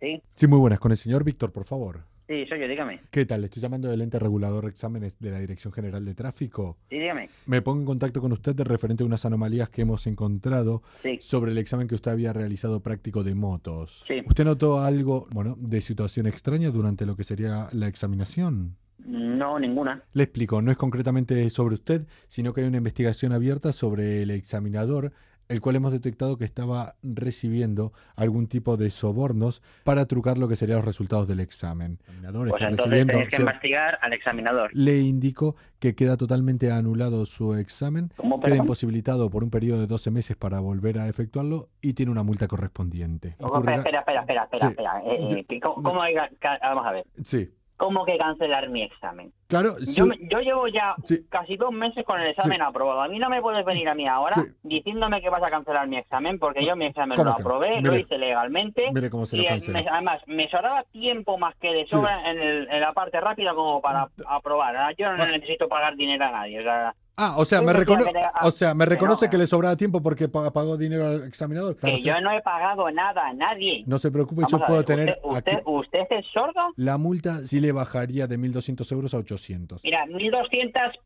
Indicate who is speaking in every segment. Speaker 1: sí.
Speaker 2: Sí, muy buenas. Con el señor Víctor, por favor.
Speaker 1: Sí, soy yo, dígame.
Speaker 2: ¿Qué tal? Le estoy llamando del ente regulador de exámenes de la Dirección General de Tráfico.
Speaker 1: Sí, dígame.
Speaker 2: Me pongo en contacto con usted de referente a unas anomalías que hemos encontrado
Speaker 1: Sí.
Speaker 2: sobre el examen que usted había realizado práctico de motos.
Speaker 1: Sí.
Speaker 2: ¿Usted notó algo, bueno, de situación extraña durante lo que sería la examinación?
Speaker 1: No, ninguna.
Speaker 2: Le explico, no es concretamente sobre usted, sino que hay una investigación abierta sobre el examinador, el cual hemos detectado que estaba recibiendo algún tipo de sobornos para trucar lo que serían los resultados del examen. El examinador
Speaker 1: Pues
Speaker 2: está
Speaker 1: entonces
Speaker 2: recibiendo,
Speaker 1: tenéis que
Speaker 2: o sea,
Speaker 1: investigar al examinador.
Speaker 2: le indico que queda totalmente anulado su examen,
Speaker 1: ¿Cómo,
Speaker 2: queda
Speaker 1: perdón?
Speaker 2: imposibilitado por un periodo de 12 meses para volver a efectuarlo y tiene una multa correspondiente.
Speaker 1: Ojo, espera, espera, espera, espera, espera,
Speaker 2: Sí.
Speaker 1: espera. Eh, eh, que ¿Cómo, cómo hay que- que- vamos a ver,
Speaker 2: Sí,
Speaker 1: ¿cómo que cancelar mi examen?
Speaker 2: claro, sí,
Speaker 1: Yo, me- yo llevo ya
Speaker 2: Sí.
Speaker 1: casi dos meses con el examen aprobado. A mí no me puedes venir a mí ahora
Speaker 2: Sí.
Speaker 1: diciéndome que vas a cancelar mi examen, porque yo mi examen
Speaker 2: ¿Cómo
Speaker 1: lo
Speaker 2: que no?
Speaker 1: aprobé, lo
Speaker 2: Mire.
Speaker 1: hice legalmente.
Speaker 2: mire cómo se
Speaker 1: Y
Speaker 2: lo
Speaker 1: eh,
Speaker 2: cancela.
Speaker 1: me- además, me sobraba tiempo más que de sobra en, el- en la parte rápida como para aprobar. Ah, Yo no
Speaker 2: Ah.
Speaker 1: necesito pagar dinero a nadie. o sea,
Speaker 2: Ah, o sea,
Speaker 1: Yo
Speaker 2: me,
Speaker 1: decía
Speaker 2: recono-
Speaker 1: que era-
Speaker 2: o sea, me
Speaker 1: que no,
Speaker 2: reconoce
Speaker 1: que
Speaker 2: que
Speaker 1: no.
Speaker 2: le sobraba tiempo porque pa- pagó dinero al examinador. Claro,
Speaker 1: que
Speaker 2: sí.
Speaker 1: yo no he pagado nada a nadie.
Speaker 2: No se preocupe,
Speaker 1: Vamos
Speaker 2: yo
Speaker 1: a
Speaker 2: puedo
Speaker 1: ver,
Speaker 2: tener
Speaker 1: ¿Usted,
Speaker 2: aquí-
Speaker 1: usted, usted es sordo?
Speaker 2: La multa sí le bajaría de 1.200 euros a 800.
Speaker 1: Mira, 1.200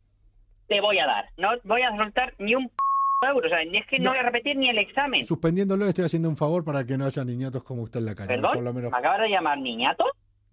Speaker 1: te voy a dar. No voy a soltar ni un p- euro. O sea, ni es que no,
Speaker 2: No.
Speaker 1: voy a repetir ni el examen.
Speaker 2: Suspendiéndolo le estoy haciendo un favor para que no haya niñatos como usted en la calle. Por lo
Speaker 1: ¿Perdón? Ah.
Speaker 2: menos
Speaker 1: ¿Me acabas de llamar niñato?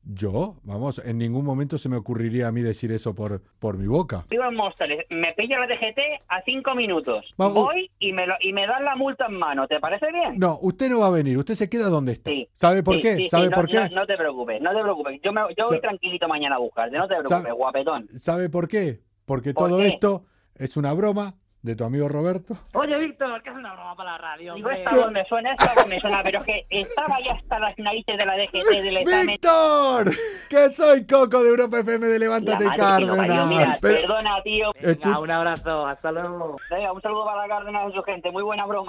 Speaker 2: yo, vamos, en ningún momento se me ocurriría a mí decir eso por, por mi boca.
Speaker 1: Vivo en Móstoles. Me pillo la DGT a cinco minutos.
Speaker 2: Vamos.
Speaker 1: Voy y me, lo, y me dan la multa en mano. ¿Te parece bien?
Speaker 2: No, usted no va a venir, usted se queda donde está.
Speaker 1: Sí.
Speaker 2: ¿Sabe por
Speaker 1: Sí,
Speaker 2: qué?
Speaker 1: sí, sí,
Speaker 2: ¿Sabe
Speaker 1: no,
Speaker 2: por qué?
Speaker 1: No, no te preocupes, no te preocupes. Yo, me, yo voy
Speaker 2: Sa-
Speaker 1: tranquilito mañana a buscarte, no te preocupes,
Speaker 2: Sa-
Speaker 1: guapetón.
Speaker 2: ¿Sabe por qué? Porque
Speaker 1: ¿Por
Speaker 2: todo
Speaker 1: qué?
Speaker 2: esto es una broma de tu amigo Roberto.
Speaker 3: Oye, Víctor, ¿qué es una broma para la radio?
Speaker 1: Digo,
Speaker 3: hombre?
Speaker 1: esta voz me suena, esta voz me suena, pero es que estaba ya hasta las narices de la DGT del examen.
Speaker 2: ¡Víctor! ¡Que soy Coco de Europa FM de
Speaker 1: La
Speaker 2: Levántate
Speaker 1: madre
Speaker 2: y
Speaker 1: que lo parió, mira,
Speaker 2: Cárdenas! Pero-
Speaker 1: perdona, tío. eh,
Speaker 3: Venga,
Speaker 2: Escu-
Speaker 3: un abrazo, hasta luego.
Speaker 1: Venga, un saludo para Cárdenas y su gente, muy buena broma.